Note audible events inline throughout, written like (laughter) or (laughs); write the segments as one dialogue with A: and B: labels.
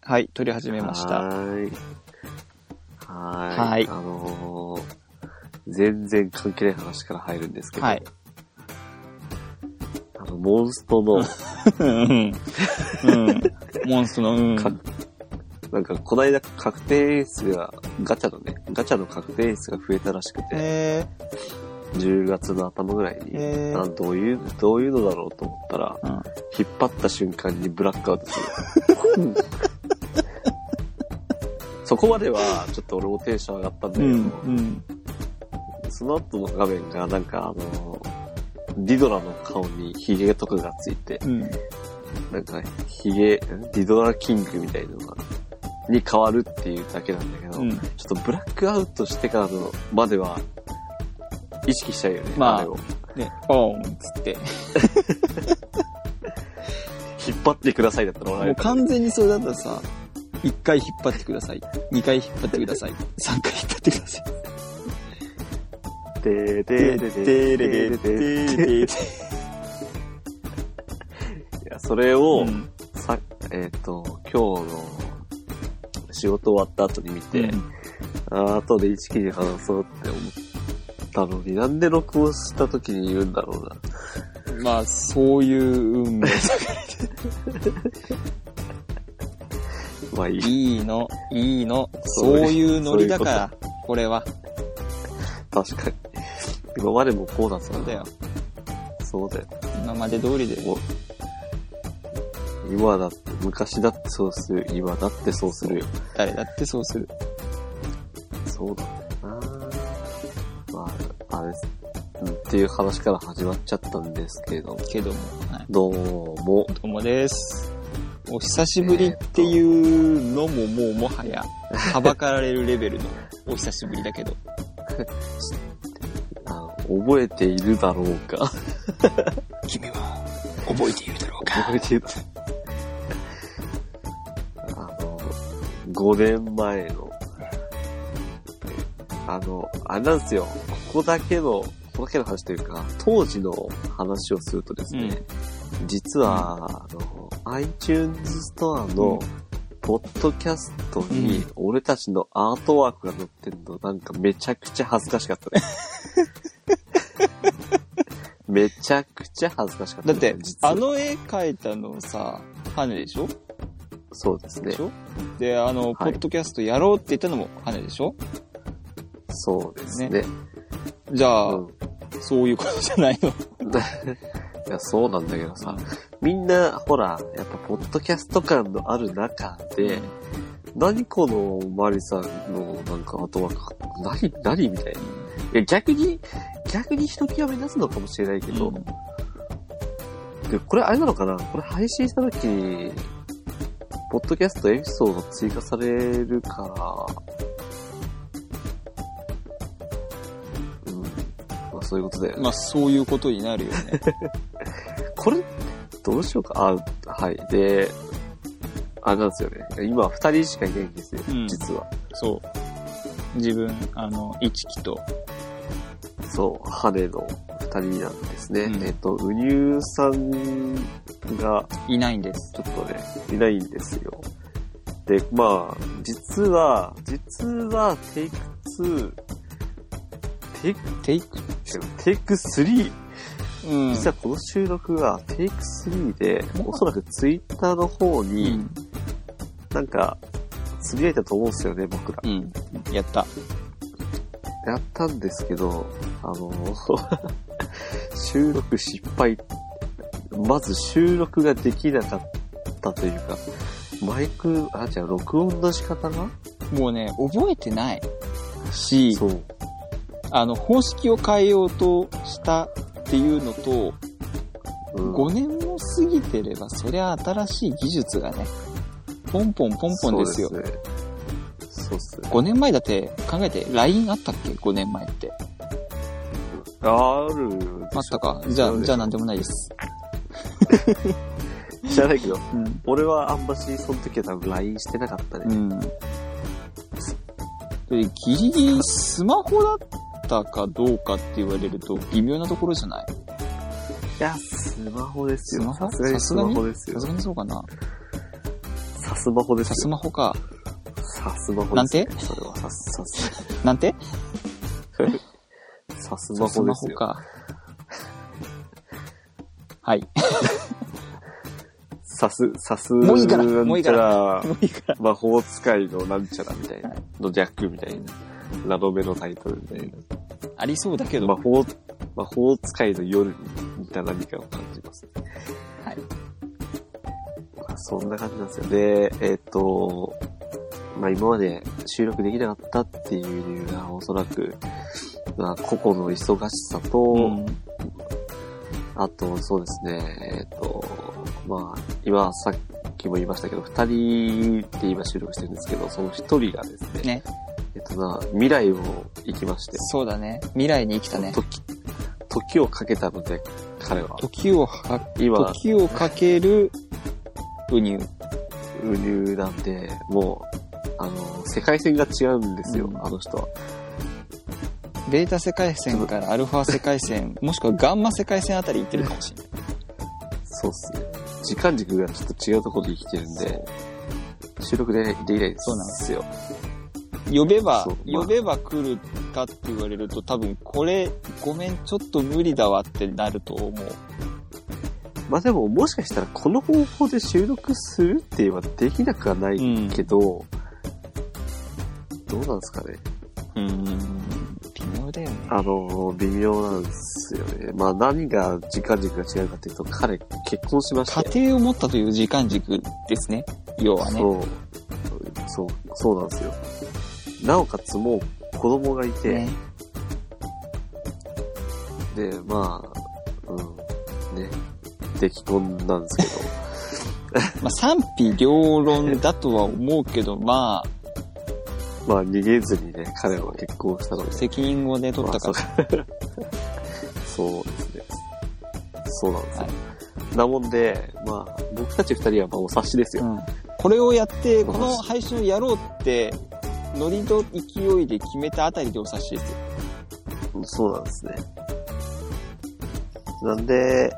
A: はい、撮り始めました。
B: はーい。はーい。
A: はい
B: あのー、全然関係ない話から入るんですけど、
A: はい。
B: あの、モンストの、 (laughs)
A: うん。うん。モンストの、うん。
B: かなんか、こないだ確定演出が、ガチャのね、ガチャの確定演出が増えたらしくて、
A: え
B: 10月の頭ぐらいに、
A: えー
B: あどういう、どういうのだろうと思ったら、
A: うん
B: 引っ張った瞬間にブラックアウトする。 (laughs) そこまでは、ちょっと俺もテンション上がったんだ
A: ー、う
B: けど、
A: ん、うん。
B: その後の画面がなんかあの、ディドラの顔にヒゲとかがついて、
A: うん。
B: なんかヒゲ、んディドラキングみたいなのが、に変わるっていうだけなんだけど、
A: う
B: ちょ
A: ん。
B: っとブラックアウトしてからのまでは、意識しちゃうよね、
A: まあ
B: れを。
A: で、ポーンっつって。
B: 引っ張ってくださいだったら俺
A: もう完全にそれだったらさ、1回引っ張ってください。2回引っ張ってください。3回引っ張ってください。
B: で、
A: で
B: で、
A: でで
B: で、
A: で
B: で、で、
A: で
B: で、
A: で
B: で、
A: でで
B: それを、
A: うん
B: さ、えっ、と、今日の仕事終わった後に見て、
A: うん
B: あ後で一気に話そうって思ったのに、なんで録音した時に言うんだろうな。
A: まあ、そういう運命。
B: まあいい。
A: いいの、いいの。
B: そ
A: そう
B: いう
A: ういうノリだか
B: そう
A: ら、これは。
B: 確かに。今までもこうだった
A: そうだよ。。
B: そうだよ。
A: 今まで通りで。
B: もう今だって、昔だってそうする。今だってそうするよ。
A: 誰だってそうする。
B: そうだね。なまあ、あれ、うんっていう話から始まっちゃったんですけど、
A: けども、はい。
B: どうも、
A: どうもです。お久しぶりっていうのももうもはや、はばかられるレベルのお久しぶりだけど。
B: あの覚えているだろうか。
A: 君は、覚えているだろう
B: 覚えている。あの、5年前の、あの、あれなんですよ、ここだけの、ここだけの話というか、当時の話をするとですね、実は、あの、iTunes ストアの、ポッドキャストに、俺たちのアートワークが載ってるの、なんかめちゃくちゃ恥ずかしかったね。
A: (laughs)
B: めちゃくちゃ恥ずかしかった
A: だ
B: ね、
A: って、
B: 実は
A: あの絵描いたのさ、羽でしょ
B: そうです
A: で
B: ね
A: し。ょで、あの、
B: い
A: ポッドキャストやろうって言ったのも羽でしょ
B: そうですね。
A: じゃあ、
B: うん
A: そういうことじゃないの。
B: (laughs) いや、そうなんだけどさ、みんな、ほら、やっぱ、ポッドキャスト感のある中で、何このマリさんの、なんか、後は、何、何みたいな。いや、逆に、逆にひときわ目立つのかもしれないけど、
A: うん
B: でこれあれなのかなこれ配信した時に、ポッドキャストエピソード追加されるから、うん。まあそういうことだよね。
A: まあ、そういうことになるよね。
B: これ、どうしようか。あ、はい。で、あれなんですよね。今、二人しかいないんですよ、
A: うん
B: 実は。
A: そう。自分、あの、一期と、
B: そう、羽根の二人なんですね。
A: うん
B: えっと、ウニューさんが、
A: いないんです。
B: ちょっとね、いないんですよ。で、まあ、実は、実は、テイク2、テイク、
A: テイク
B: テイク3、
A: うん
B: 実はこの収録がテイク3で、おそらくツイッターの方に、なんか、つぶやいたと思うんですよね、僕ら。
A: うん。うん。やった。
B: やったんですけど、あの (laughs) 収録失敗。まず収録ができなかったというか、マイク、あ、じゃあ録音の仕方が
A: もうね、覚えてないし、
B: そう。
A: あの、方式を変えようとしたっていうのと、
B: うん
A: 5年も過ぎてれば、そりゃ新しい技術がね、ポンポンポンポンですよ。
B: そうですね。そうっすね。
A: 5年前だって、考えて、LINE あったっけ ?5 年前って。
B: ある
A: あったか。じゃあ、じゃあなんでもないです。
B: 知らないけど、
A: うん。
B: 俺はあんまし、その時は多分 LINE してなかったね。
A: うん。でギリギリスマホだったかどうかって言われると微妙なところじゃない
B: いや、スマホです
A: ス
B: よ。
A: マホ
B: さすがにスマホです
A: さ
B: よ
A: す。がにそうかな。
B: さスマホで
A: さ
B: す
A: す
B: よ。
A: まほか。
B: さすまほ
A: なん
B: ですよ
A: て
B: それはさ、さす、
A: なんて
B: (laughs) さす
A: さ
B: ま
A: す
B: ほ
A: ま
B: です
A: ほ
B: よ。
A: か。 (laughs) はい。
B: さす、さす、
A: もういいからもういいから
B: ら
A: (laughs) もういいから。
B: 魔法使いのなんちゃらみたいな、のジャックみたいな、ラノベのタイトルみたい
A: ありそうだけ
B: な、
A: ど。
B: 魔法、魔法使いの夜に似た何かを感じます。
A: はい。
B: まあそんな感じなんですよ。で、えっ、と、まあ今まで収録できなかったっていう理由がおそらく、まあ個々の忙しさと、
A: うん
B: あと、そうですね、えっ、と、まあ、今、さっきも言いましたけど、二人で今収録してるんですけど、その一人がですね、
A: ね
B: えっとな、未来を行きまして、
A: そうだね。未来に生きたね。
B: 時、時をかけたので、彼は、
A: 時をは、
B: 今、
A: 時をかける、ウニュ
B: 宇入なんで、もう、あの、世界線が違うんですよ、
A: うん
B: あの人は。
A: ベータ世界線からアルファ世界線、もしくはガンマ世界線あたり行ってるかもしれない。
B: そうっすね。時間軸がちょっと違うところで生きてるんで、収録でできないです。
A: そうなんです
B: よ。
A: 呼べば
B: そう、まあ
A: 呼べば来るかって言われると多分これ、ごめん、ちょっと無理だわってなると思う。
B: まあでも、もしかしたらこの方法で収録するって言えばできなくはない
A: うん。
B: けど、どうなんですかね。
A: うん。微妙だよね。
B: あの、微妙なんですよね。まあ何が時間軸が違うかっていうと、彼結婚しまして。
A: 家庭を持ったという時間軸ですね。要はね。
B: そう。そう、そうなんですよ。なおかつもう子供がいて、
A: ね
B: で、まあ、うん、ね、出来婚なんですけど、 (laughs)
A: まあ、賛否両論だとは思うけど、まあ、
B: まあ逃げずにね、彼は結婚したので、
A: 責任をね、取ったから。
B: そうですね。そうなんですよ。なもんで、まあ、僕たち二人はまあお察しですよ。
A: これをやって、この配信をやろうって、ノリと勢いで決めたあたりでお察しですよ。
B: そうなんですね。なんで、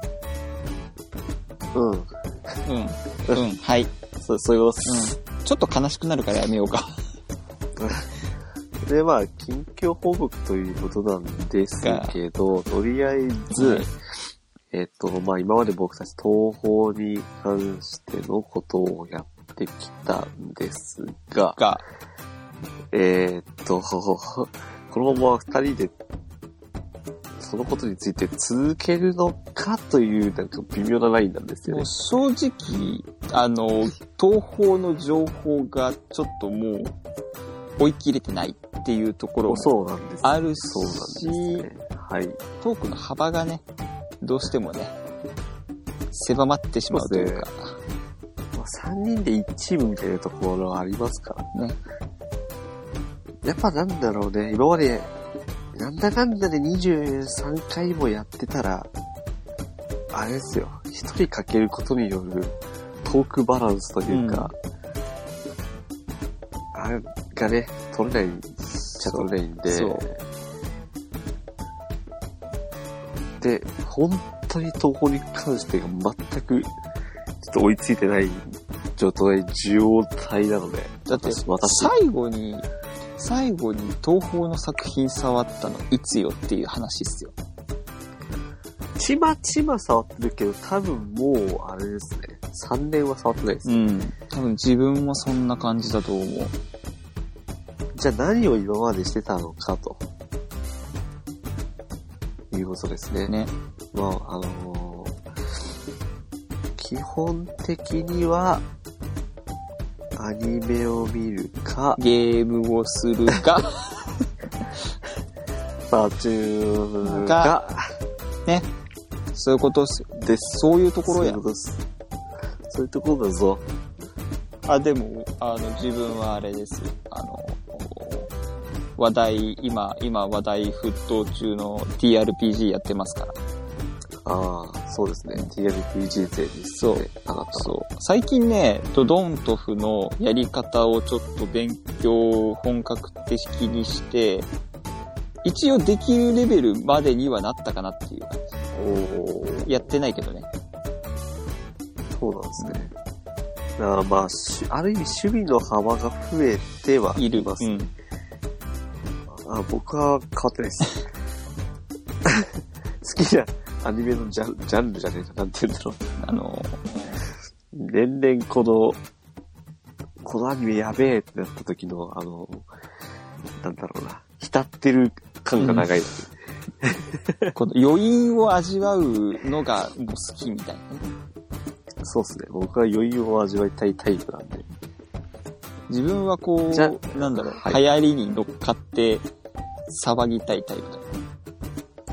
B: うん、
A: うん。うん。はい。
B: そそういうことです。
A: ちょっと悲しくなるからやめようか。
B: (laughs) で、まあ、近況報告ということなんですけど、とりあえず、
A: はい
B: えっと、まあ、今まで僕たち東方に関してのことをやってきたんですが、
A: が、
B: えーっと、 (laughs) このまま二人で、そのことについて続けるのかという、なんか微妙なラインなんですよ
A: も
B: ね
A: う。正直、あの、東方の情報がちょっともう、追い切れてないっていうところも
B: そうなんです。
A: あるし、
B: そうなんですね。はい。
A: トークの幅がね、どうしてもね、狭まってしまうというか。
B: まあ、3人で1チームみたいなところはありますから
A: ね
B: やっぱなんだろうね、今まで、なんだかんだで23回もやってたら、あれですよ、一人かけることによるトークバランスというか、あれがね、取れないっちゃ取れないんで
A: そう、
B: で、本当に東宝に関してが全く、ちょっと追いついてない状態、状態なので、
A: だって、
B: 私私
A: 最後に、最後に東宝の作品触ったのいつよっていう話っすよ。
B: ちまちま触ってるけど、多分もう、あれですね。3年は触ってないです。
A: ん。多分自分もそんな感じだと思う。
B: じゃあ何を今までしてたのかと。いうことですね。
A: ね。
B: まあ、あのー基本的には、アニメを見るか、
A: ゲームをする
B: (laughs)
A: が、
B: バーチュー
A: が
B: が、
A: そういうことっすよ。
B: です。
A: そういうところや
B: そういう。ことです。そういうところだぞ。
A: あ、でも、あの、自分はあれです。あの、話題、今、今話題沸騰中の TRPG やってますから。
B: ああ、そうですね。TRPG 勢です、
A: そう
B: ね。あなたの。
A: そう。最近ね、ドドントフのやり方をちょっと勉強を本格的にして、一応できるレベルまでにはなったかなっていう感
B: おー
A: じ。やってないけどね。
B: そうなんですね。だからまあ、しある意味守備の幅が増えてはい
A: る。
B: ます。
A: うん。
B: あ僕は変わってないです。 (laughs) 好きなアニメのジャンジャンルじゃねえか、なんて言うんだろう。
A: あの、
B: 年々この、このアニメやべえってなった時の、あの、なんだろうな、浸ってる感が長い。
A: この余韻を味わうのがもう好きみたいなね。
B: そうっすね。僕は余裕を味わいたいタイプなんで。
A: 自分はこ
B: じゃ
A: う、なんだろう、
B: はい
A: 流行りに乗っかって騒ぎたいタイプ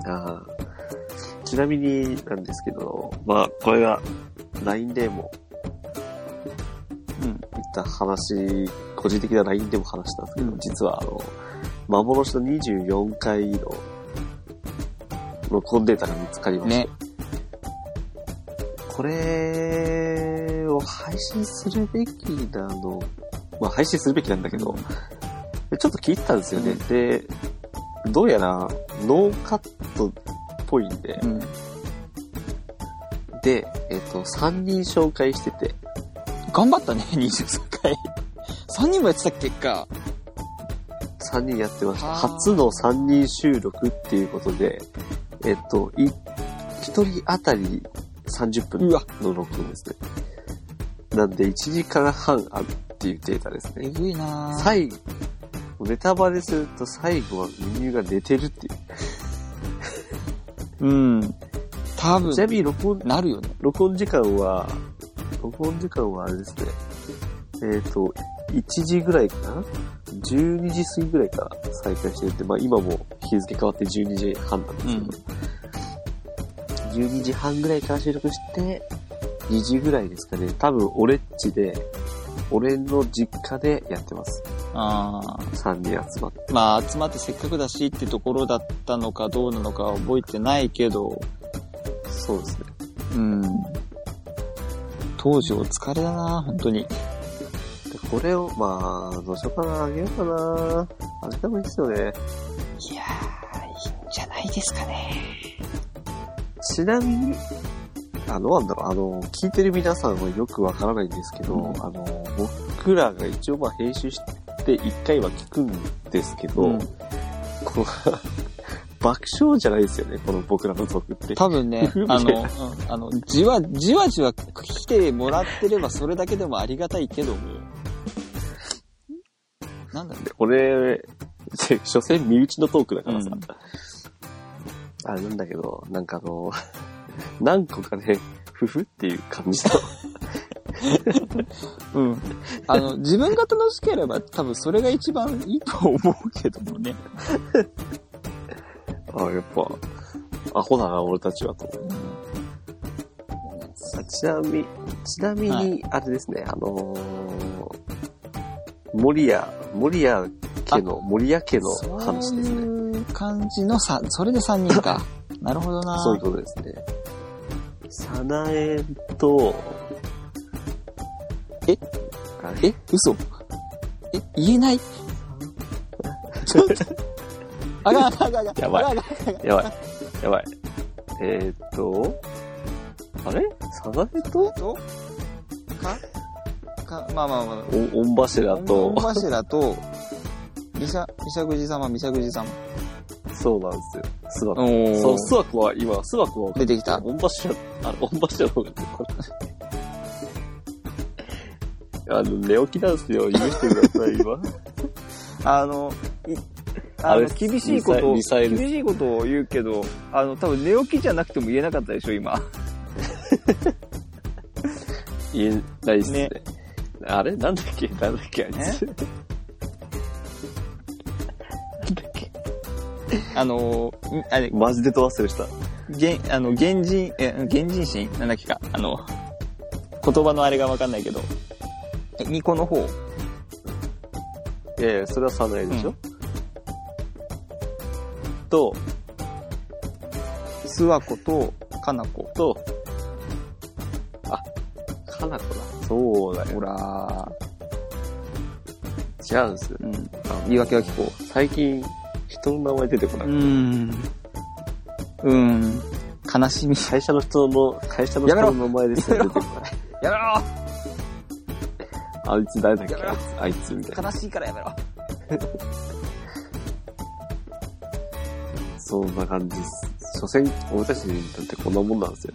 A: だ。
B: あーちなみになんですけど、まあ、これが LINE でも
A: うん。
B: 言った話、個人的な LINE でも話したんですけど、
A: うん
B: 実はあの、幻の24回の録音データが見つかりました。
A: ね。
B: これを配信するべきなの、まあ配信するべきなんだけど、ちょっと聞いてたんですよね。
A: うん
B: で、どうやらノーカットっぽいんで、
A: うん。
B: で、えっ、と、3人紹介してて、
A: 頑張ったね、23回。3人もやってたっけか。
B: 3人やってました。
A: あー
B: 初の3人収録っていうことで、えっと、い、1人当たり30分
A: うわ
B: の録音ですね。なんで、1時間半あるっていうデータです
A: え
B: ね。
A: ぐいなぁ。
B: 最後、ネタバレすると最後は耳が寝てるっていう。
A: うん。多分
B: ち、なみに録音、
A: なるよね。
B: 録音時間は、録音時間はあれですね。えっ、と、1時ぐらいかな ?12 時過ぎぐらいから再開してて、まあ今も日付変わって12時半なんですけど、12時半ぐらいから収録して、2時ぐらいですかね。多分俺っちで、俺の実家でやってます。
A: ああ。
B: 3人集まって。
A: まあ、集まってせっかくだしってところだったのかどうなのかは覚えてないけど、
B: そうですね。
A: うん。当時お疲れだな本当に。
B: でこれを、まあ、どうしようかな、あげようかな。あげてもいいですよね。
A: いやー、いいんじゃないですかね。
B: ちなみに、あの、なんだろう、あの、聞いてる皆さんはよくわからないんですけど、
A: うん
B: あの、僕らが一応まあ編集して一回は聞くんですけど、
A: うん
B: こう爆笑じゃないですよね、この僕らのトークって。、
A: 多分 (laughs) ねあの、うんあの、じわ、じわじわ来てもらってればそれだけでもありがたいけども、なんだろう
B: 俺、所詮身内のトークだからさ、
A: うん
B: あれなんだけど、なんかあの、 (laughs) 何個かね、ふふっていう感じの
A: うん。あの、自分が楽しければ多分それが一番いいと思うけどもね。
B: あやっぱ、アホだな、俺たちはと。あちなみ、ちなみ
A: は
B: に、あれですね、あのー、森谷、森谷家の、森谷家の話です
A: そう
B: ね。
A: いう感じのさ、それで3人 (laughs) か。なるほどな。
B: そういうことですね。さなえと、
A: え
B: あれ
A: え、嘘え、言えないちょっと。あがあがあがあが。
B: やばい
A: あがあがあが
B: やばい、やばい。えー、っと、あれさなえと、
A: とかか、まあまあまあ。
B: お、御柱と
A: 御、柱と、みしゃ、みしゃぐじ様、みしゃぐじ様。
B: そうなんですよ。巣箱。
A: お
B: そう、巣箱は今、巣箱は
A: 出てきた。
B: 御柱、あの、御柱の方が、これ。 (laughs) あの、寝起きなんすよ。許してください、今。
A: あの、い
B: あ
A: あ
B: れ
A: の厳しいことを、
B: ミサイル
A: 厳しいことを言うけど、あの、多分寝起きじゃなくても言えなかったでしょ、今。
B: 言えないっすね。
A: ね
B: あれなんだっけなんだっけあいつ。なんだっけ
A: あの、んあれ、
B: マジで飛ばせるした。
A: げん、あの、原人、え、原人心なんだっけか。あの、言葉のあれがわかんないけど、えニコの方。
B: いやいや、それはサナエでしょ、
A: う
B: と、
A: 諏訪子と、かな子。
B: と、あ、かなこだ。そうだよ。
A: ほら
B: 違うんですよ。
A: ー、うん。言い訳は聞こ
B: 最近、人の名前出てこな
A: う。
B: い。
A: ん。うん。悲しみ。
B: 会社の人の、会社の
A: やめろ
B: (laughs) 人の名前ですよ。
A: やめろ
B: あいつ誰だっけあいつみたいな。
A: 悲しいからやめろ。
B: そんな感じです。所詮、俺たちなんてこんなもんなんですよ。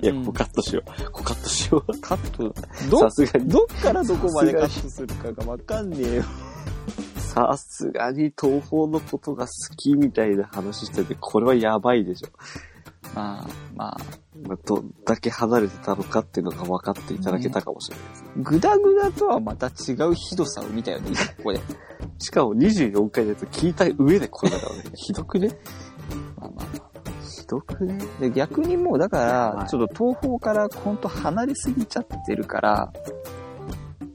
A: (laughs)
B: いや、ここカットしよう。ここカットしよ
A: カット、
B: う。
A: ど
B: さ、すがに、
A: どっからどこまでカットするかがわかんねえよ。
B: さすがに東方のことが好きみたいな話してて、これはやばいでしょ。
A: まあ、まあ、
B: まあ、どんだけ離れてたのかっていうのが分かっていただけたかもしれないですね。
A: グダグダとはまた違うひどさを見たよね、ここで。
B: しかも24回のやつ聞いた上でこれ
A: (laughs)
B: だからね。ひどくね
A: まあまあま
B: ひどくね
A: あで逆にもうだか
B: は
A: ら、
B: い
A: ちょっと東方からほんと離れすぎちゃってるから、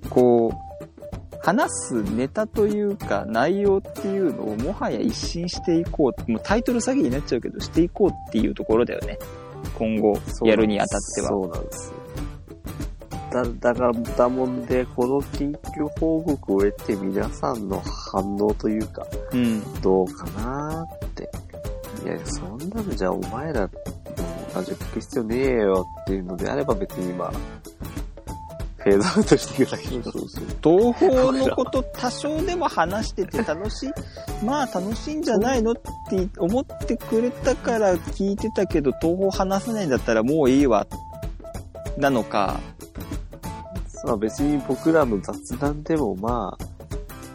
A: こう、話すネタというか内容っていうのをもはや一新していこう。もうタイトル詐欺になっちゃうけど、していこうっていうところだよね。今後
B: そう
A: やるにあたっては。
B: そうなんですよ。だ、だから、だもんで、この緊急報告を得て皆さんの反応というか、
A: うん。
B: どうかなーって。いや、そんなのじゃあお前ら、もうラジオ聞く必要ねえよっていうのであれば別に今、フェードアウトしていくだけだと。
A: 東方のこと多少でも話してて楽し
B: (laughs)
A: い、まあ楽しいんじゃないのって思ってくれたから聞いてたけど、東方話せないんだったらもういいわ、なのか、
B: まあ別に僕らの雑談でもまあ、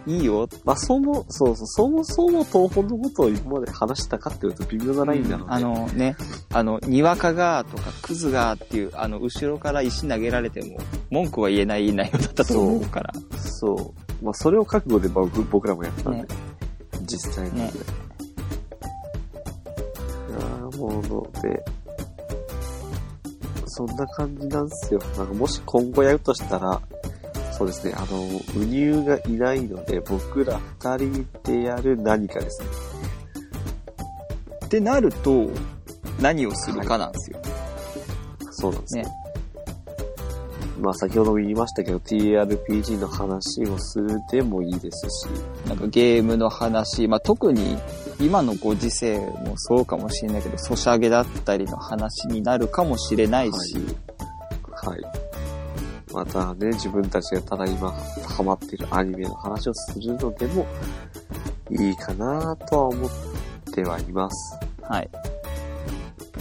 A: いいよ、
B: まあそも、そうそう、そもそも東本のことを今まで話したかっていうと微妙なラインなので。
A: あのね、あの、にわかがとかクズがっていう、あの、後ろから石投げられても文句は言えない内容だったと思うから。
B: そう。まあ、それを覚悟で僕僕らもやったんで、
A: ね
B: 実際なんで。ああ、もう、ので、そんな感じなんですよ。なんかもし今後やるとしたら、そうですね、あの、ウニューがいないので、僕ら二人でやる何かですね。
A: ってなると、何をするかなんですよ。
B: そうなんですね
A: ね。
B: まあ、先ほども言いましたけど、TRPG の話をするでもいいですし、
A: なんかゲームの話、まあ、特に今のご時世もそうかもしれないけど、ソシャゲだったりの話になるかもしれないし、
B: はい。またね、自分たちがただ今ハマっているアニメの話をするのでもいいかなとは思ってはいます。
A: はい。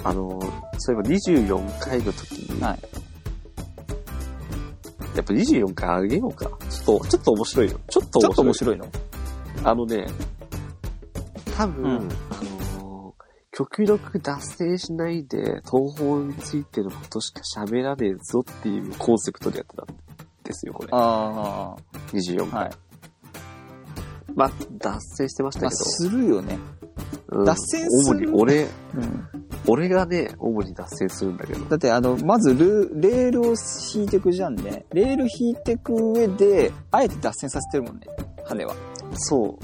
B: あの、そういえば24回の時に、
A: はい
B: やっぱ24回あげようか。ちょっと、ちょっと面白いよ。ちょっと
A: ちょっと
B: 面
A: 面
B: 白い。
A: 白いの
B: あのね、多分、
A: うん
B: あの極力脱線しないで、東方についてのことしか喋らねえぞっていうコンセプトでやってたんですよ、これ。
A: あ
B: 24
A: あ、
B: 回。
A: はい。
B: まあ、脱線してました
A: まあ、
B: けど。
A: するよね。
B: うん
A: 脱線する
B: 主に俺、
A: うん。
B: 俺がね、主に脱線するんだけど。
A: だって、あの、まずルー、レールを引いてくじゃんね。レール引いてく上で、あえて脱線させてるもんね。羽は。
B: そう。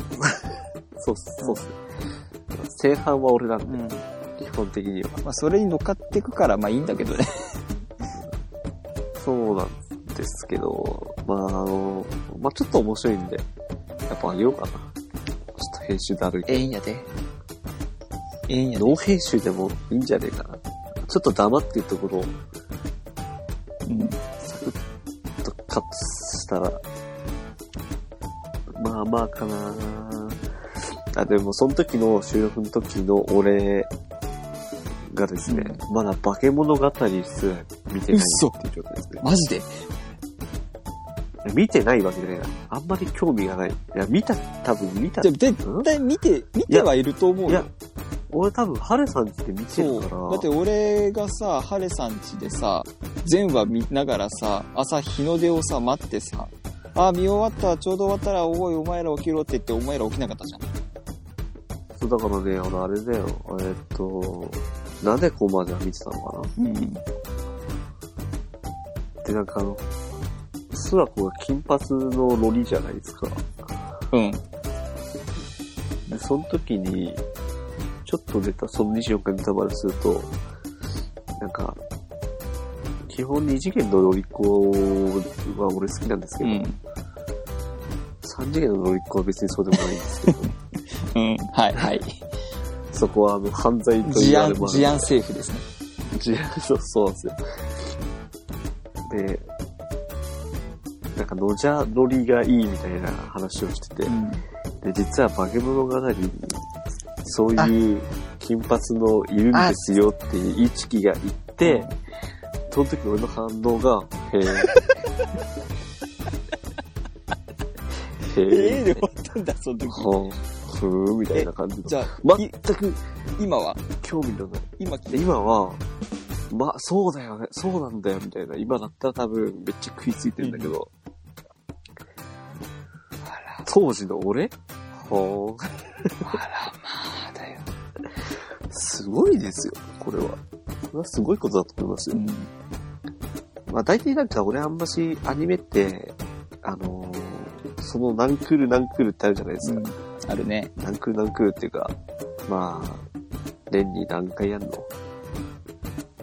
B: (laughs) そうっす、そうっす。前半は俺なんで、
A: うん。
B: 基本的には。
A: まあ、それに乗っかっていくから、まあいいんだけどね。
B: そうなんですけど、まあ、あの、まあ、ちょっと面白いんで、やっぱあげようかな。ちょっと編集であるけ
A: ええんやで。ええんや
B: ど。ノー編集でもいいんじゃねえかな。ちょっと黙ってるところ
A: う
B: を
A: ん。
B: ちょっとカットしたら、まあまあかなあ、でもその時の収録の時の俺がですね、まだ化け物語すら見てないっていう状態ですね。
A: マジで
B: 見てないわけじゃないな。あんまり興味がない。いや、見た、多分見た。
A: じゃあ
B: い
A: 絶対見て、見てはいると思うよ
B: や。、俺多分、ハルさんって見
A: そ
B: てる
A: う。
B: か
A: だ
B: ら。
A: って俺がさ、ハレさん家でさ、全話見ながらさ、朝日の出をさ、待ってさ、あ、見終わった、ちょうど終わったら、おい、お前ら起きろって言って、お前ら起きなかったじゃん。
B: そうだからね、あの、あれだよ。えっと、なぜここまでは見てたのかな
A: うん。
B: で、なんかあの、スワコが金髪のロリじゃないですか。
A: うん。
B: で、その時に、ちょっとネタ、その24回ネタバレすると、なんか、基本2次元のロリコは俺好きなんですけ
A: う
B: ど、
A: ん。
B: 3次元のロリコは別にそうでもないんですけ
A: (laughs)
B: ど、
A: うん。はい、はい。
B: そこはあの犯罪と
A: 事
B: 言われ
A: 案、
B: ます。
A: 事案
B: (laughs)
A: セーフですね。
B: 事案、そうそうなんですよ。で、なんかロジャーロリがいいみたいな話をしてて、
A: うん
B: で、実は化け物語に、そういう金髪のいるんですよっていう意識が言って、その時俺の反応が、
A: (laughs)
B: へえ。
A: ええ
B: へえ。
A: で終わったんだ、その時。
B: はあ、ふーみたいな感じ
A: じ
B: で。
A: ゃあ、い
B: 全く
A: 今は
B: 興味のない。
A: 今来て
B: で、今は、ま、そうだよね、そうなんだよ、みたいな。今だったら多分めっちゃ食いついてるんだけど、
A: あ
B: 当時の俺はあ、
A: ら、あら、まあだよ。
B: すごいですよ、これは。これはすごいことだと思いますよ
A: う。ん。
B: まあ大体なんか俺あんましアニメって、あのーその何クール何クールってあるじゃないですか。
A: あるね。
B: 何クール何クールっていうか、まあ、年に何回やんの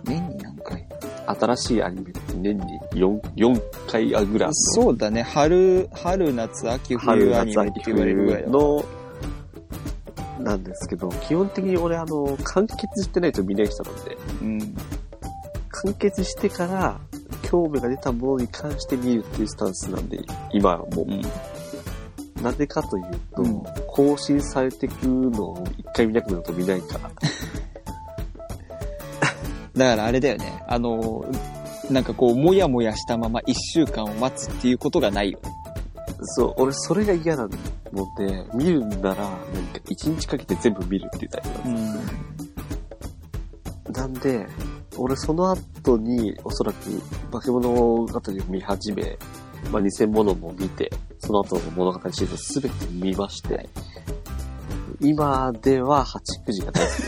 A: 年に何回
B: 新しいアニメって年に 4, 四回あぐらいあんの
A: そうだね。春、春、夏、秋、冬アニメって言われるぐらいだわ
B: の、なんですけど、基本的に俺あの、完結してないと見ない人なんで、
A: うん。
B: 完結してから、興味が出たものに関して見るっていうスタンスなんで、今はもう
A: うん。
B: なぜかというと、
A: うん
B: 更新されてくのを一回見なくなると見ないから。
A: だからあれだよね。あの、なんかこう、もやもやしたまま一週間を待つっていうことがないよね。
B: そう、俺それが嫌なので、見るんなら、なんか一日かけて全部見るっていうタイプなんです。
A: ん。
B: なんで、俺その後に、おそらく、化け物語を見始め、まあ、偽物も見て、その後の物語シリーズすべて見まして、
A: はい
B: 今では8、9時が大
A: (laughs)
B: 好き。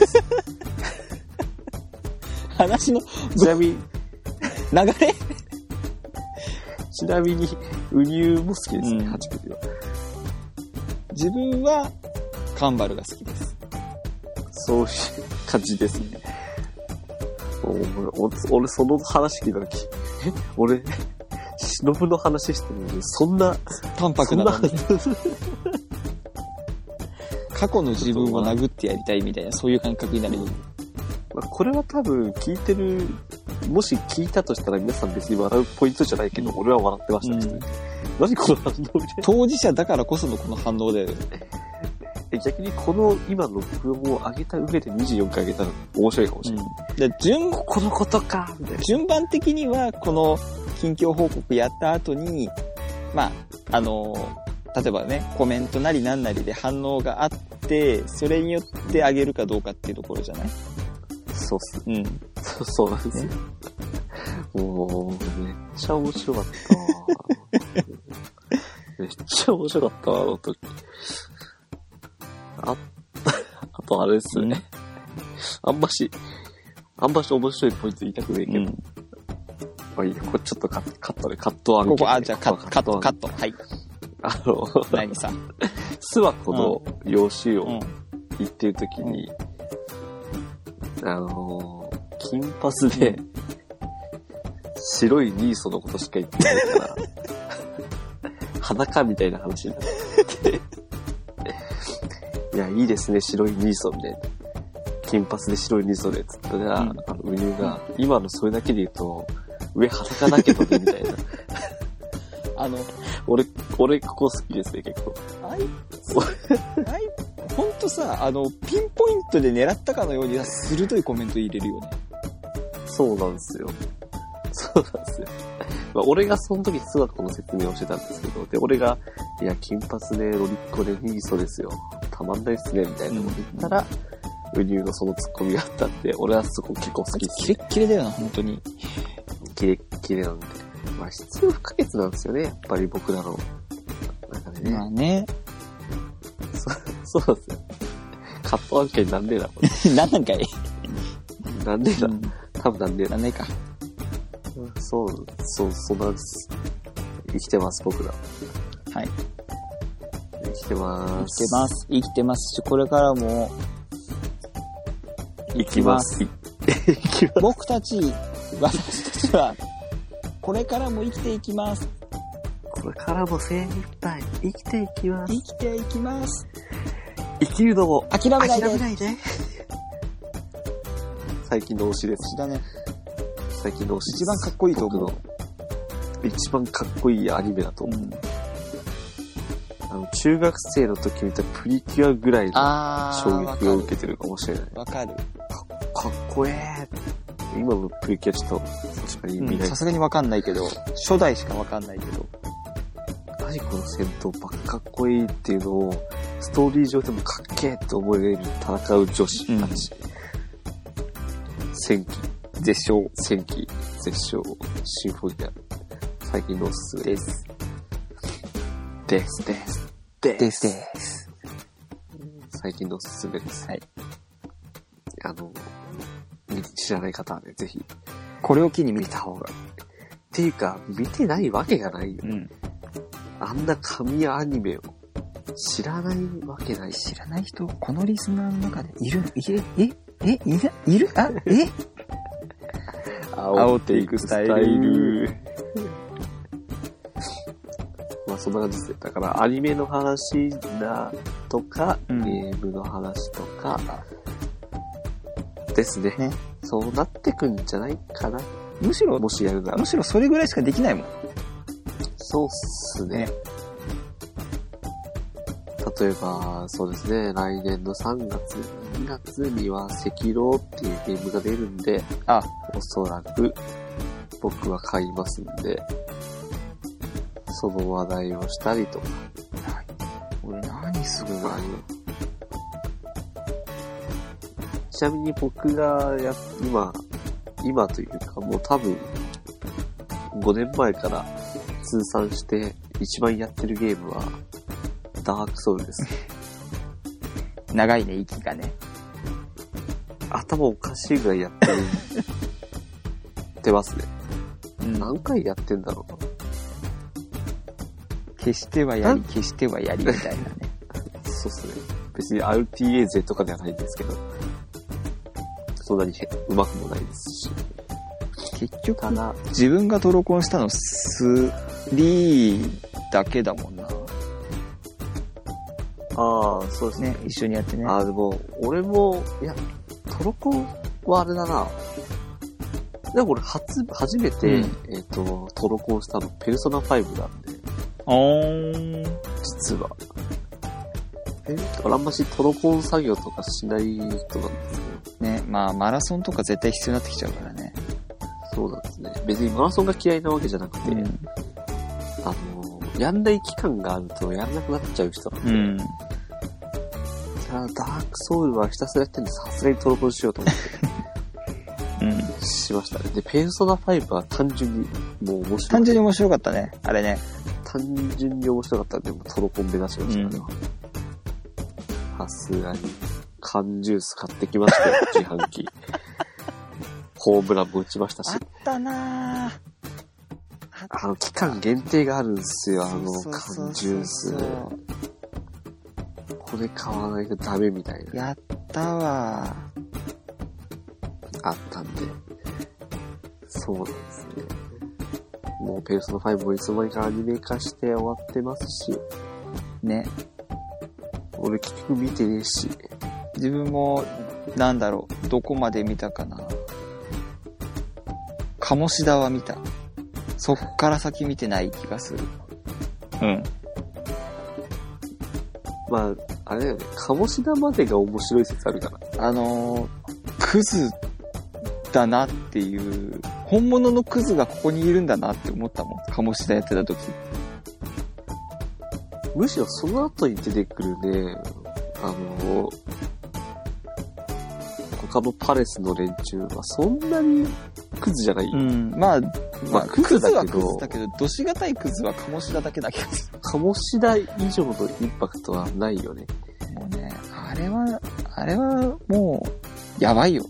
A: 話の
B: ちなみに、
A: (laughs) 流れ
B: ちなみに、ウニューも好きですね、
A: うん
B: 8、9時は。
A: 自分は、カンバルが好きです。
B: そういう感じですね。お俺、お俺その話聞いた時、え俺、忍の話してるのに、そんな、
A: 淡
B: そ
A: 白
B: ん
A: な
B: な
A: のに、過去の自分を殴ってやりたいみたいな、そういう感覚になる。
B: まあこれは多分聞いてる、もし聞いたとしたら皆さん別に笑うポイントじゃないけど、
A: うん
B: 俺は笑ってました、
A: うん
B: ね何この反応みたいな。
A: 当事者だからこそのこの反応で、
B: え逆にこの今の部分を上げた上で24回上げたら面白いかもしれない。
A: で順
B: このことかみたいな。
A: 順番的にはこの近況報告やった後にまああの例えばねコメントなりなんなりで反応があってそれによってあげるかどうかっていうところじゃない
B: そうっす
A: う
B: ね。
A: ん
B: そうそうなんですよ。もう、めっちゃ面白かったわめっちゃ面白かったわ、あの時。あ、 (laughs) あとあれですね。あんまし、あんまし面白いポイント言いたくねえけど。
A: うん
B: まあいいや、これちょっとカカットで、カット案件
A: ここあじゃあカットカットカ
B: ト。
A: ットはい
B: あの、
A: 何さ
B: 諏訪湖の養子
A: う
B: を
A: ん
B: 行ってる時に、あのー金髪で、白いニーソのことしか言ってない
A: (laughs)
B: から、裸みたいな話にな
A: (laughs)
B: って、いや、いいですね、白いニーソみたいな。金髪で白いニーソで、つったら、
A: うん
B: あの、ウニューが、今のそれだけで言うと、上裸だけどね、みた
A: (laughs)
B: いな。
A: あの
B: 俺、俺、ここ好きですね、結構。
A: あい (laughs) つあいほんとさあのピンポイントで狙ったかのように鋭いコメント入れるよね
B: そうなんですよ。 (laughs) そうなんですよ。まあ、俺がその時、スワコの説明をしてたんですけど、で、俺が、いや、金髪でロリッコでニーソですよ。たまんないっすね、みたいなこと言ったら、ウニューのそのツッコミがあったんで、俺はそこ結構好
A: あい
B: き
A: つ
B: です
A: キ
B: ね。
A: レッキレだよな本当に
B: キレッキレなんで。まあ、必要不可欠なんですよね、やっぱり僕らの。なんかね、
A: まあね (laughs)
B: そうなんですよ。カット案件なんでだ、これ。
A: 何なんかい
B: なんでだ
A: う。ん
B: 多分なんでだ
A: な。んないか
B: そう、そう、そんなんです。生きてます、僕ら。
A: はい
B: 生きて
A: 生
B: ま
A: きて
B: す。
A: ます。生きてますし、これからも、
B: 行きます。行きま
A: 僕たち、私たちは、これからも生きていきます。
B: す。これからも精一杯生きていきます。
A: 生きていきます。
B: 生きるのも
A: 諦めない
B: 諦
A: で。
B: めないで。最近の推しです。
A: だね。
B: 最近の推しで
A: 一
B: す。
A: 番かっこいいと思う
B: 僕の。一番かっこいいアニメだと思う。
A: ん、
B: あの、中学生の時見たプリキュアぐらいの
A: あ
B: 衝
A: ー、わか
B: 撃を受け
A: る。
B: てるかもしれない。
A: わかる。
B: かっこええ今のプリキュアちょっと、確かに
A: う
B: 見
A: ん
B: ない。
A: さすがにわかんないけど、初代しかわかんないけど。
B: 何この戦闘ばっかっこいいっていうのを、ストーリー上でもかっけえって思える戦う女子たち。戦記、
A: 絶唱
B: 戦記、絶唱、シンフォギア。最近のおすすめ
A: です。
B: です。です。です。
A: ですです。
B: 最近のおすすめです。
A: はい。
B: あの、知らない方はね、ぜひ
A: これを機に見
B: 見
A: た。
B: た方が。っていうか、見てないわけがないよ。
A: うん。
B: あんな神アニメを知らないわけないし。
A: 知らない人、このリスナーの中でいる、いる、え、え、いる、いる、あ、え (laughs) 煽っていくスタイル。
B: まあそんな感じですね。だからアニメの話だとか、
A: うん
B: ゲームの話とか、ですね
A: ね
B: そうなってくんじゃないかな。
A: むしろ、
B: もしやるなら
A: む。しろそれぐらいしかできないもん。
B: そうっすね
A: ね。
B: 例えば、そうですね、来年の3月、2月には赤狼っていうゲームが出るんで、
A: あ、
B: おそらく僕は買いますんで、その話題をしたりとか、
A: 俺何す
B: す
A: る
B: る
A: の
B: のちなみに僕がや、今、今というかもう多分、5年前から通算して一番やってるゲームは、ダークソウル (laughs) です。
A: 長いね、息がね。
B: 頭おかしいぐらいやってる。ってますね。
A: うん
B: 何回やってんだろう
A: 消してはやり、消してはやりみたいなね。
B: そうっすね。別に RTA 勢とかではないんですけど、そんなにへうまくもないですし。
A: (laughs) 結局
B: た、だ、
A: 自分がドロコンしたの3だけだもんな。
B: ああ、そうですね
A: ね、一緒にやってね。
B: あー、でも、俺も、いや、トロコンはあれだな。でも俺、初、初めて、
A: うん
B: えっ、と、トロコンしたの、ペルソナ5なんで、
A: おーん。
B: 実は。え俺あんましトロコン作業とかしない人なんですよ。
A: ね、まあ、マラソンとか絶対必要になってきちゃうからね。
B: そうなんですね。別にマラソンが嫌いなわけじゃなくて、あのー、やんない期間があるとやんなくなっちゃう人なんで、
A: うん。
B: ただダークソウルはひたすらやってんで、さすがにトロコンしようと思って。
A: うん。
B: しましたね。で、ペルソナ5は単純に、もう面白い。
A: 単純に面白かったね。あれね。
B: 単純に面白かったんで、もうトロコン目指しましたね。さすがに、缶ジュース買ってきましたよ、
A: (laughs)
B: 自販機。ホームランも打ちましたし。
A: たなぁ。
B: あの、期間限定があるんですよ、あの
A: そう、そ
B: 缶
A: うそ
B: ジュー
A: う
B: ス
A: そう。
B: これ買わないとダメみたいな、
A: やったわ
B: あったんで。そうなんですね。もう、ペルソナ5もいつの間にかアニメ化して終わってますし、
A: ね。
B: 俺結局見てねえし。
A: 自分も、なんだろう、どこまで見たかな。鴨志田は見た。そっから先見てない気がする。うん。
B: まあ、あれだよね、鴨志田までが面白い説あるから。
A: あのークズだなっていう、本物のクズがここにいるんだなって思ったもん。鴨志田やってた時。
B: むしろその後に出てくるね、あの、他のパレスの連中はそんなにクズじゃない。
A: ん。まあ、まあ、
B: ク
A: ク
B: ズ
A: ズ
B: だ
A: は
B: けど
A: クズだけど、どしがたいクズは鴨志田だけだけど。
B: 鴨志田以上のインパクトはないよね。
A: もうね、あれは、あれはもう、やばいよ。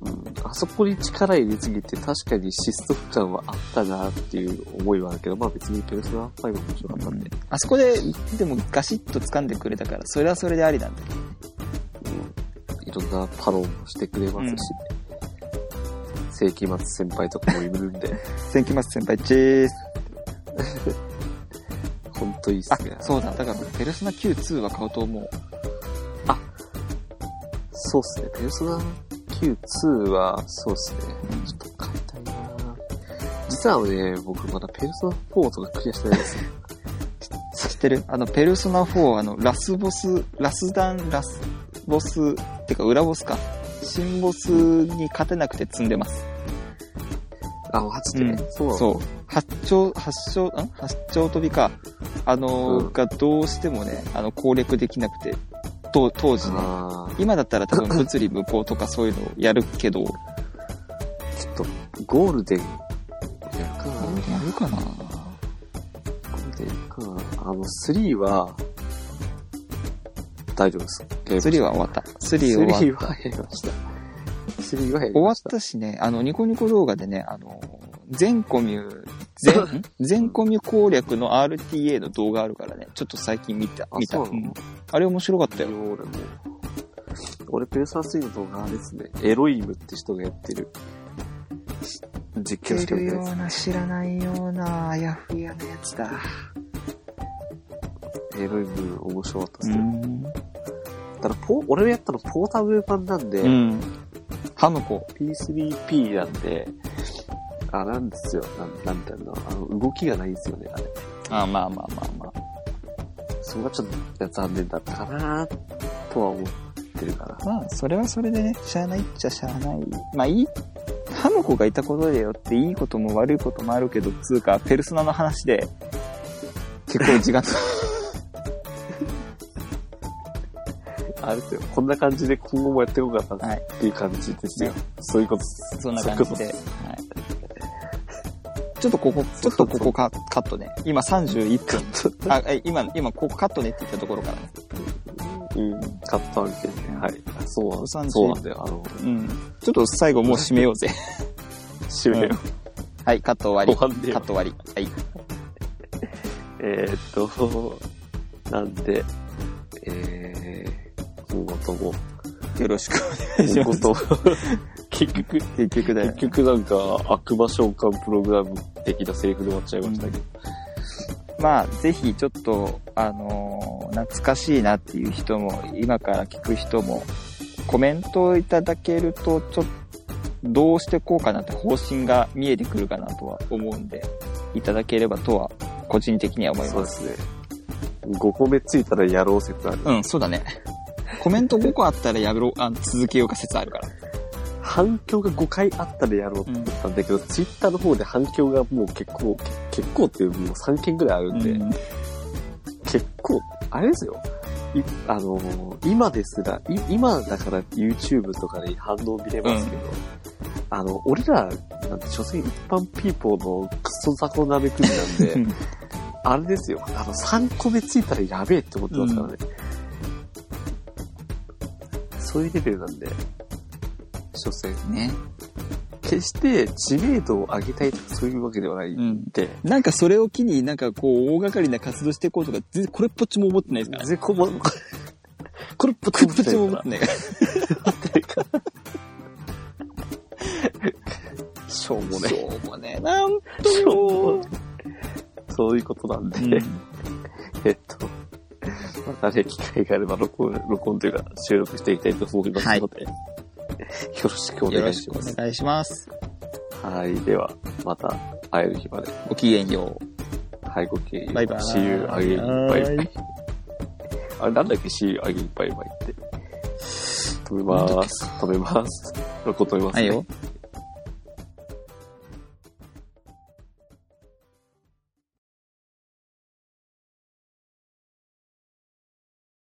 B: うん。あそこに力入れすぎて確かに失速感はあったなっていう思いはあるけど、まあ別にペルソナ5も面白かったんで。
A: あそこで、でもガシッと掴んでくれたから、それはそれでありなんだけど。
B: いろんなパロンもしてくれますし、世紀末先輩とかもいるんで、
A: 千木松先輩、チェース。
B: ほんといいっすね。
A: あ、そうだ。だから、ペルソナ Q2 は買おうと思う。
B: そうっすね。ペルソナ Q2 は、そうっすね。ちょっと買いたいな実はね、僕まだペルソナ4とかクリアしてないんですよ。
A: 知ってるあの、ペルソナ4、あの、ラスボス、ラスダン、ラスボス、てか裏ボスか。新ボスに勝てなくて積んでます。
B: あ、マジで、
A: うん
B: そうなの
A: そう。八丁、八丁、ん八丁飛びか。あのー
B: うん
A: がどうしてもね、あの、攻略できなくて、と当時ね。
B: あー
A: 今だったら多分物理無効とかそういうのをやるけど、
B: ちょっと、ゴールデン、やるかな
A: やるかな
B: ゴールデンかなあの、3は、大丈夫です。ゲーム
A: 3は終わった。3
B: 3
A: は終わっ
B: はやりました。3はや
A: 終
B: り
A: わ
B: ま
A: っ
B: した。
A: たしね、あの、ニコニコ動画でね、あの、全コミュ、 (laughs) 全、ん全コミュ攻略の RTA の動画あるからね、ちょっと最近見た、
B: あ
A: 見た。
B: そうなの
A: んあれ面白かった
B: 終
A: よ。
B: わった。俺も。俺、ペルサー3の動画あれですね。エロイムって人がやってる。実況してみたいです。
A: な、知らないような、あやふやなやつだ。
B: エロイム面白かった
A: う
B: ですね。
A: ん。
B: ただポ、俺がやったのポータブル版なんで、
A: うん。ハムコ。
B: P3P なんで、あ、なんですよ。なん、なんていうの、あの、動きがないんですよね、あれ。
A: あ、まあまあまあま
B: そこがちょっと残念だったかなとは思ってるから。
A: あ。まあ、それはそれでね、しゃあないっちゃしゃあない。まあいい。ハムコがいたことでよっていいことも悪いこともあるけど、つうか、ペルソナの話で、結構時間
B: あれですよ。こんな感じで今後もやっていこうかな
A: はい
B: っていう感じですよ。
A: ね
B: そういうことです。
A: そんな感じ (laughs) で。
B: そういう
A: は
B: こ
A: い、ちょっとここ、ちょっとここかカットね。今31分。
B: とです。
A: あ、え今、今ここカットねって言ったところからね。
B: うん、買ったわけですね。はい。そうなん
A: 30
B: そうなんだよ。あの、
A: うん。ちょっと最後もう締めようぜ。
B: 終了。
A: はい、カット終わり。
B: 終わんねえ
A: カ
B: わ
A: ット終わり。はい。
B: えーっと、なんで、えー、今後と (laughs) も、
A: よろしくお願いし
B: 今
A: ま
B: 後
A: す。
B: とも、結局、
A: 結局だよ
B: 結。局なんか悪魔召喚プログラム的なセリフで終わっちゃいましたけど、
A: まあ、ぜひちょっと、あのー懐かしいなっていう人も、今から聞く人も、コメントをいただけると、ちょっと、どうしてこうかなって方針が見えてくるかなとは思うんで、いただければとは、個人的には思い
B: そう
A: ま。
B: ですすね5個目ついたらやろう説ある
A: うん、そうだね。コメント5個あったらやめろ、あの続けようか説あるから。
B: 反響が5回あったらやろうって
A: うん
B: 言ったんだけど、ツイッターの方で反響がもう結構け結構っていうもう3件ぐらいあるんで、
A: うん
B: 結構あれですよいあのー今ですらい今だから YouTube とかで反応見れますけど、あの俺らなんて所詮一般ピーポーのクソ雑魚なめくじなんで (laughs)
A: うん
B: あれですよ、あの、3個目ついたらやべえって思ってますからね。そういうレベルなんで、所詮。
A: ね。
B: 決して知名度を上げたいとかそういうわけではないん
A: ん。
B: で、
A: なんかそれを機になんかこう、大掛かりな活動していこうとか、全然これっぽっちも思ってないですから。
B: 全然も、これ、
A: これっぽっちも思ってないから。
B: しょうもね。
A: しょうもねえな、本
B: しょう
A: 当
B: もねそういうことなんで、
A: に。
B: えっと、またね、機会があれば録音、録音というか収録していきたいと思いますので、よろしくお
A: よ
B: 願
A: ろ
B: い
A: し
B: し
A: くお
B: ます。
A: 願いします。
B: はい、では、また会える日まで。
A: ごきげんよ
B: はい、ごきげんよ
A: う。
B: う
A: バイバイ。
B: See you again. バイバイ
A: イ。
B: あれ、なんだっけ ?See you again. バイバイって。止めまーす。止めます。これ止めます、
A: はいよ。